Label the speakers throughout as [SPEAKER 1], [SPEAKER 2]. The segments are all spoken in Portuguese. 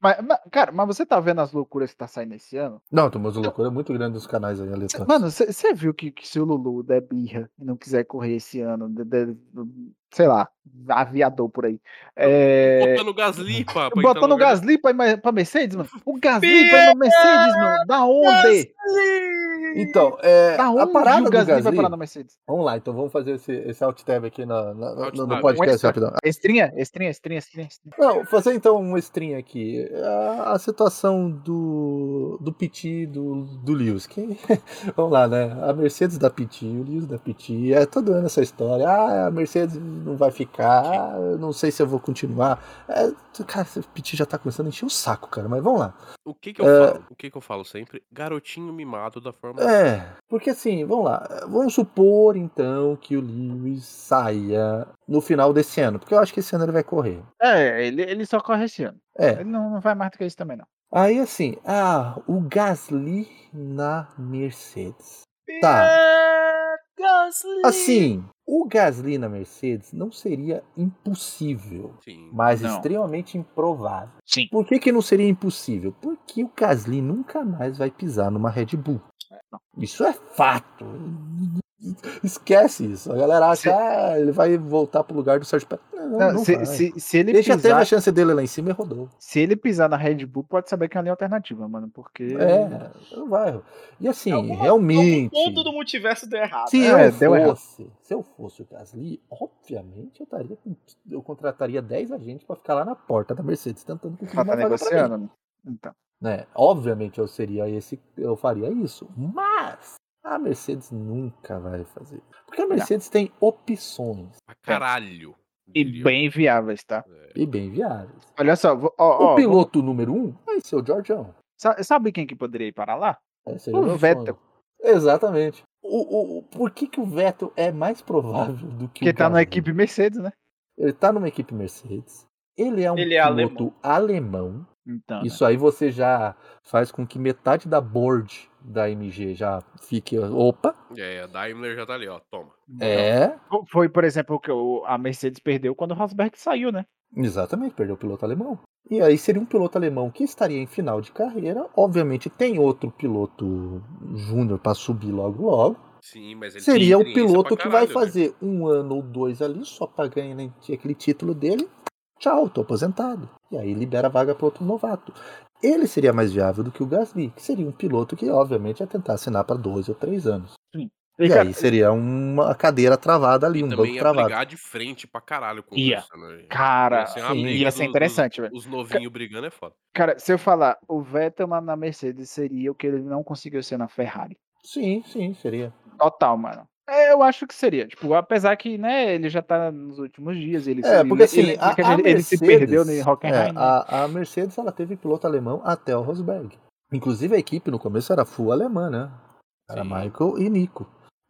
[SPEAKER 1] Mas, mas, cara, mas você tá vendo as loucuras que tá saindo esse ano?
[SPEAKER 2] Não, tem umas loucuras muito grandes dos canais aí,
[SPEAKER 1] Cê-
[SPEAKER 2] aleatórios.
[SPEAKER 1] Mano, você viu que, que se o Lulu der birra e não quiser correr esse ano, de- de- sei lá, aviador por aí. É,
[SPEAKER 3] Botando Gasly, pá. pra entrar
[SPEAKER 1] botou no
[SPEAKER 3] lugar de-
[SPEAKER 1] Gasly pra, ir ma- pra Mercedes, mano. O Gasly pra ir na Mercedes, mano. Da onde?
[SPEAKER 2] Então, é,
[SPEAKER 1] Da
[SPEAKER 2] a
[SPEAKER 1] onde
[SPEAKER 2] parada
[SPEAKER 1] o
[SPEAKER 2] do
[SPEAKER 1] Gasly, vai
[SPEAKER 2] Gasly...
[SPEAKER 1] parar na Mercedes?
[SPEAKER 2] Vamos lá, então vamos fazer esse, esse alt tab aqui na- na-
[SPEAKER 3] Alt
[SPEAKER 2] no, no
[SPEAKER 3] tab.
[SPEAKER 2] podcast
[SPEAKER 1] Extra.
[SPEAKER 2] rapidão.
[SPEAKER 1] Estrinha, estrinha, estrinha, estrinha. estrinha.
[SPEAKER 2] Não, fazer então um stream aqui. A, a situação do, do Piti e do, do Lewis. Que, vamos lá, né? A Mercedes da Piti, o Lewis da Piti. É todo ano essa história. Ah, a Mercedes não vai ficar. Ah, eu não sei se eu vou continuar. É, tu- cara, o Piti já tá começando a encher o saco, cara. Mas vamos lá.
[SPEAKER 3] O que que eu falo? O que que eu falo sempre? Garotinho mimado da Fórmula 1.
[SPEAKER 2] É, porque assim, vamos lá. Vamos supor então que o Lewis saia no final desse ano. Porque eu acho que esse ano ele vai correr.
[SPEAKER 1] É, ele, ele só corre esse ano.
[SPEAKER 2] É.
[SPEAKER 1] Ele não, não vai mais do que isso também, não.
[SPEAKER 2] Aí assim, ah, o Gasly na Mercedes. Tá. Assim, o Gasly na Mercedes não seria impossível,
[SPEAKER 3] Sim.
[SPEAKER 2] mas
[SPEAKER 1] Não.
[SPEAKER 2] extremamente improvável.
[SPEAKER 1] Sim.
[SPEAKER 2] Por que, que não seria impossível? Porque o Gasly nunca mais vai pisar numa Red Bull. Isso é fato. Esquece isso. A galera acha
[SPEAKER 1] Se-
[SPEAKER 2] que ah, ele vai voltar pro lugar do Sérgio Pérez. Não, não,
[SPEAKER 1] Não, se,
[SPEAKER 2] vai.
[SPEAKER 1] se, se ele
[SPEAKER 2] Deixa teve
[SPEAKER 1] pisar,
[SPEAKER 2] a chance dele lá em cima e rodou.
[SPEAKER 1] se ele pisar na Red Bull, pode saber que é uma linha alternativa, mano. Porque.
[SPEAKER 2] É, não vai. E assim,
[SPEAKER 4] Alguma-
[SPEAKER 2] realmente.
[SPEAKER 4] Algum ponto do multiverso deu errado.
[SPEAKER 2] Se
[SPEAKER 1] É,
[SPEAKER 2] eu
[SPEAKER 1] deu errado.
[SPEAKER 2] fosse, se eu fosse o Gasly, obviamente eu estaria com- eu contrataria 10 agentes pra ficar lá na porta da Mercedes tentando conseguir
[SPEAKER 1] Ela
[SPEAKER 2] uma
[SPEAKER 1] tá
[SPEAKER 2] vaga pra mim,
[SPEAKER 1] negociando, né? Então.
[SPEAKER 2] né? Obviamente eu seria esse, eu faria isso, mas a Mercedes nunca vai fazer. Porque a Mercedes tem opções
[SPEAKER 3] Pra caralho.
[SPEAKER 1] E
[SPEAKER 3] diria.
[SPEAKER 1] bem viáveis, tá?
[SPEAKER 2] e bem viáveis.
[SPEAKER 1] Olha só, vou- ó, ó,
[SPEAKER 2] o piloto número 1 um vai ser o Georgião.
[SPEAKER 1] sa- sabe quem que poderia ir parar lá?
[SPEAKER 2] Esse
[SPEAKER 1] O
[SPEAKER 2] o meu
[SPEAKER 1] Vettel.
[SPEAKER 2] sonho. Exatamente. O, o- o- por que, que o Vettel é mais provável do que
[SPEAKER 1] Porque
[SPEAKER 2] o
[SPEAKER 1] tá na
[SPEAKER 2] Gasly?
[SPEAKER 1] equipe Mercedes, né?
[SPEAKER 2] Ele tá numa equipe Mercedes. Ele é um
[SPEAKER 4] Ele é
[SPEAKER 2] piloto alemão.
[SPEAKER 1] Então. né?
[SPEAKER 2] Isso aí você já faz com que metade da board da MG já fique. Opa!
[SPEAKER 3] É, a Daimler já tá ali, ó. Toma.
[SPEAKER 2] É.
[SPEAKER 1] Fo- né? Então, Foi, por exemplo, o que o- a Mercedes perdeu quando o Rosberg saiu, né?
[SPEAKER 2] Exatamente, perdeu o piloto alemão. E aí seria um piloto alemão que estaria em final de carreira. Obviamente tem outro piloto júnior para subir logo logo.
[SPEAKER 3] Sim, mas ele tem
[SPEAKER 2] seria o
[SPEAKER 3] experiência
[SPEAKER 2] piloto
[SPEAKER 3] pra
[SPEAKER 2] que vai
[SPEAKER 3] caralho, né?
[SPEAKER 2] fazer um ano ou dois ali só para ganhar aquele título dele. Tchau, tô aposentado. E aí libera a vaga para outro novato. Ele seria mais viável do que o Gasly, que seria um piloto que, obviamente, ia tentar assinar para dois ou três anos. E
[SPEAKER 1] cara,
[SPEAKER 2] aí seria uma cadeira travada ali, um
[SPEAKER 3] Também
[SPEAKER 2] banco
[SPEAKER 3] ia brigar
[SPEAKER 2] travado.
[SPEAKER 3] de frente pra caralho com
[SPEAKER 1] Ia.
[SPEAKER 3] isso, né?
[SPEAKER 1] cara,
[SPEAKER 3] Ia ser uma
[SPEAKER 2] sim,
[SPEAKER 3] briga
[SPEAKER 1] ia ser
[SPEAKER 3] dos-
[SPEAKER 1] interessante, velho.
[SPEAKER 3] Os, os novinhos brigando é foda.
[SPEAKER 1] Cara, se eu falar, o Vettel na, na Mercedes seria o que ele não conseguiu ser na Ferrari.
[SPEAKER 2] Sim, sim, seria.
[SPEAKER 1] Total, mano. É, Eu acho que seria. Tipo, apesar que, né, ele já tá nos últimos dias. Ele,
[SPEAKER 2] É,
[SPEAKER 1] ele-
[SPEAKER 2] porque assim,
[SPEAKER 1] ele,
[SPEAKER 2] a,
[SPEAKER 1] ele-
[SPEAKER 2] a
[SPEAKER 1] ele
[SPEAKER 2] Mercedes,
[SPEAKER 1] se perdeu no
[SPEAKER 2] é,
[SPEAKER 1] Hockenheim. né?
[SPEAKER 2] a, a Mercedes ela teve piloto alemão até o Rosberg. Inclusive a equipe no começo era full alemã, né? Era
[SPEAKER 3] Sim.
[SPEAKER 2] Michael e Nico.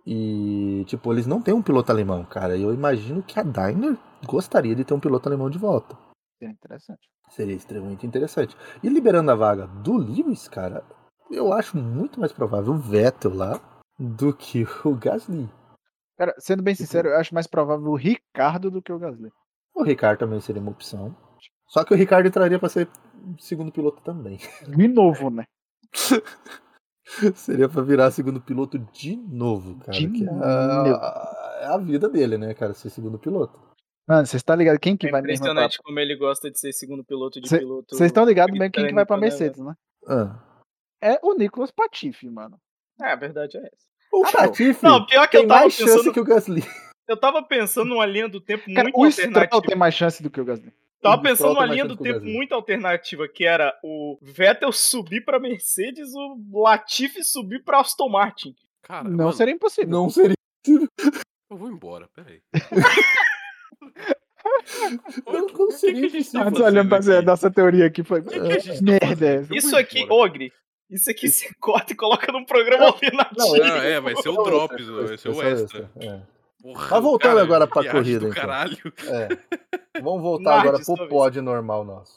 [SPEAKER 2] E, tipo, eles não têm um piloto alemão, cara. Eu imagino que a Daimler gostaria de ter um piloto alemão de volta.
[SPEAKER 1] Seria interessante.
[SPEAKER 2] Seria extremamente interessante. E liberando a vaga do Lewis, cara, eu acho muito mais provável o Vettel lá do que o Gasly.
[SPEAKER 1] Cara, sendo bem sincero, eu acho mais provável o Ricardo do que o Gasly.
[SPEAKER 2] O Ricardo também seria uma opção. Só que o Ricardo entraria para ser segundo piloto também.
[SPEAKER 1] De novo, né?
[SPEAKER 2] seria para virar segundo piloto de novo, cara.
[SPEAKER 1] De
[SPEAKER 2] que é
[SPEAKER 1] novo.
[SPEAKER 2] a, é a vida dele, né, cara, ser segundo piloto.
[SPEAKER 1] Mano, vocês estão ligados quem que
[SPEAKER 4] É
[SPEAKER 1] vai mesmo? pra-
[SPEAKER 4] impressionante como ele gosta de ser segundo piloto de
[SPEAKER 1] Cê-
[SPEAKER 4] piloto.
[SPEAKER 1] Vocês estão ligados mesmo quem que vai pra
[SPEAKER 4] britânico, né,
[SPEAKER 1] Mercedes, né?
[SPEAKER 2] Ah.
[SPEAKER 1] É o Nicolas Patife, mano.
[SPEAKER 4] É, a verdade é essa.
[SPEAKER 2] O
[SPEAKER 1] Ah,
[SPEAKER 2] Patife
[SPEAKER 4] Não, pior que
[SPEAKER 2] tá, tem
[SPEAKER 4] eu tava
[SPEAKER 2] mais chance
[SPEAKER 4] pensando.
[SPEAKER 2] que o Gasly.
[SPEAKER 4] Eu tava pensando numa linha do tempo
[SPEAKER 1] Cara,
[SPEAKER 4] muito
[SPEAKER 1] o Stroll
[SPEAKER 4] alternativa.
[SPEAKER 1] tem mais chance do que o Gasly.
[SPEAKER 2] O
[SPEAKER 4] Tava pensando
[SPEAKER 2] Stroll
[SPEAKER 4] numa
[SPEAKER 2] tem mais
[SPEAKER 4] linha
[SPEAKER 2] chance
[SPEAKER 4] do
[SPEAKER 2] que o
[SPEAKER 4] tempo
[SPEAKER 2] Gasly.
[SPEAKER 4] muito alternativa, que era o Vettel subir pra Mercedes, o Latifi subir pra Aston Martin.
[SPEAKER 3] Cara,
[SPEAKER 1] Não
[SPEAKER 3] mano,
[SPEAKER 1] seria impossível.
[SPEAKER 2] Não seria.
[SPEAKER 3] eu vou embora, peraí.
[SPEAKER 2] Eu não
[SPEAKER 3] O que- o
[SPEAKER 2] consigo
[SPEAKER 3] que que a gente tá
[SPEAKER 1] Antes
[SPEAKER 3] fazendo
[SPEAKER 1] olhando pra
[SPEAKER 3] aqui?
[SPEAKER 1] nossa teoria aqui foi.
[SPEAKER 3] que a gente tá
[SPEAKER 1] Merda.
[SPEAKER 3] fazendo?
[SPEAKER 1] essa.
[SPEAKER 3] Eu
[SPEAKER 4] Isso
[SPEAKER 3] vou
[SPEAKER 4] aqui,
[SPEAKER 3] embora.
[SPEAKER 4] Ogre, isso aqui você corta e coloca num programa alternativo.
[SPEAKER 3] Não, é, vai ser o Drops, vai ser É o
[SPEAKER 2] Essa- essa-
[SPEAKER 3] Extra.
[SPEAKER 2] é.
[SPEAKER 3] Porra,
[SPEAKER 2] Mas voltando agora pra
[SPEAKER 3] viagem
[SPEAKER 2] corrida,
[SPEAKER 3] do
[SPEAKER 2] então.
[SPEAKER 3] Caralho.
[SPEAKER 2] É. Vamos voltar agora
[SPEAKER 4] Nardes,
[SPEAKER 2] pro
[SPEAKER 4] talvez.
[SPEAKER 2] pod normal nosso.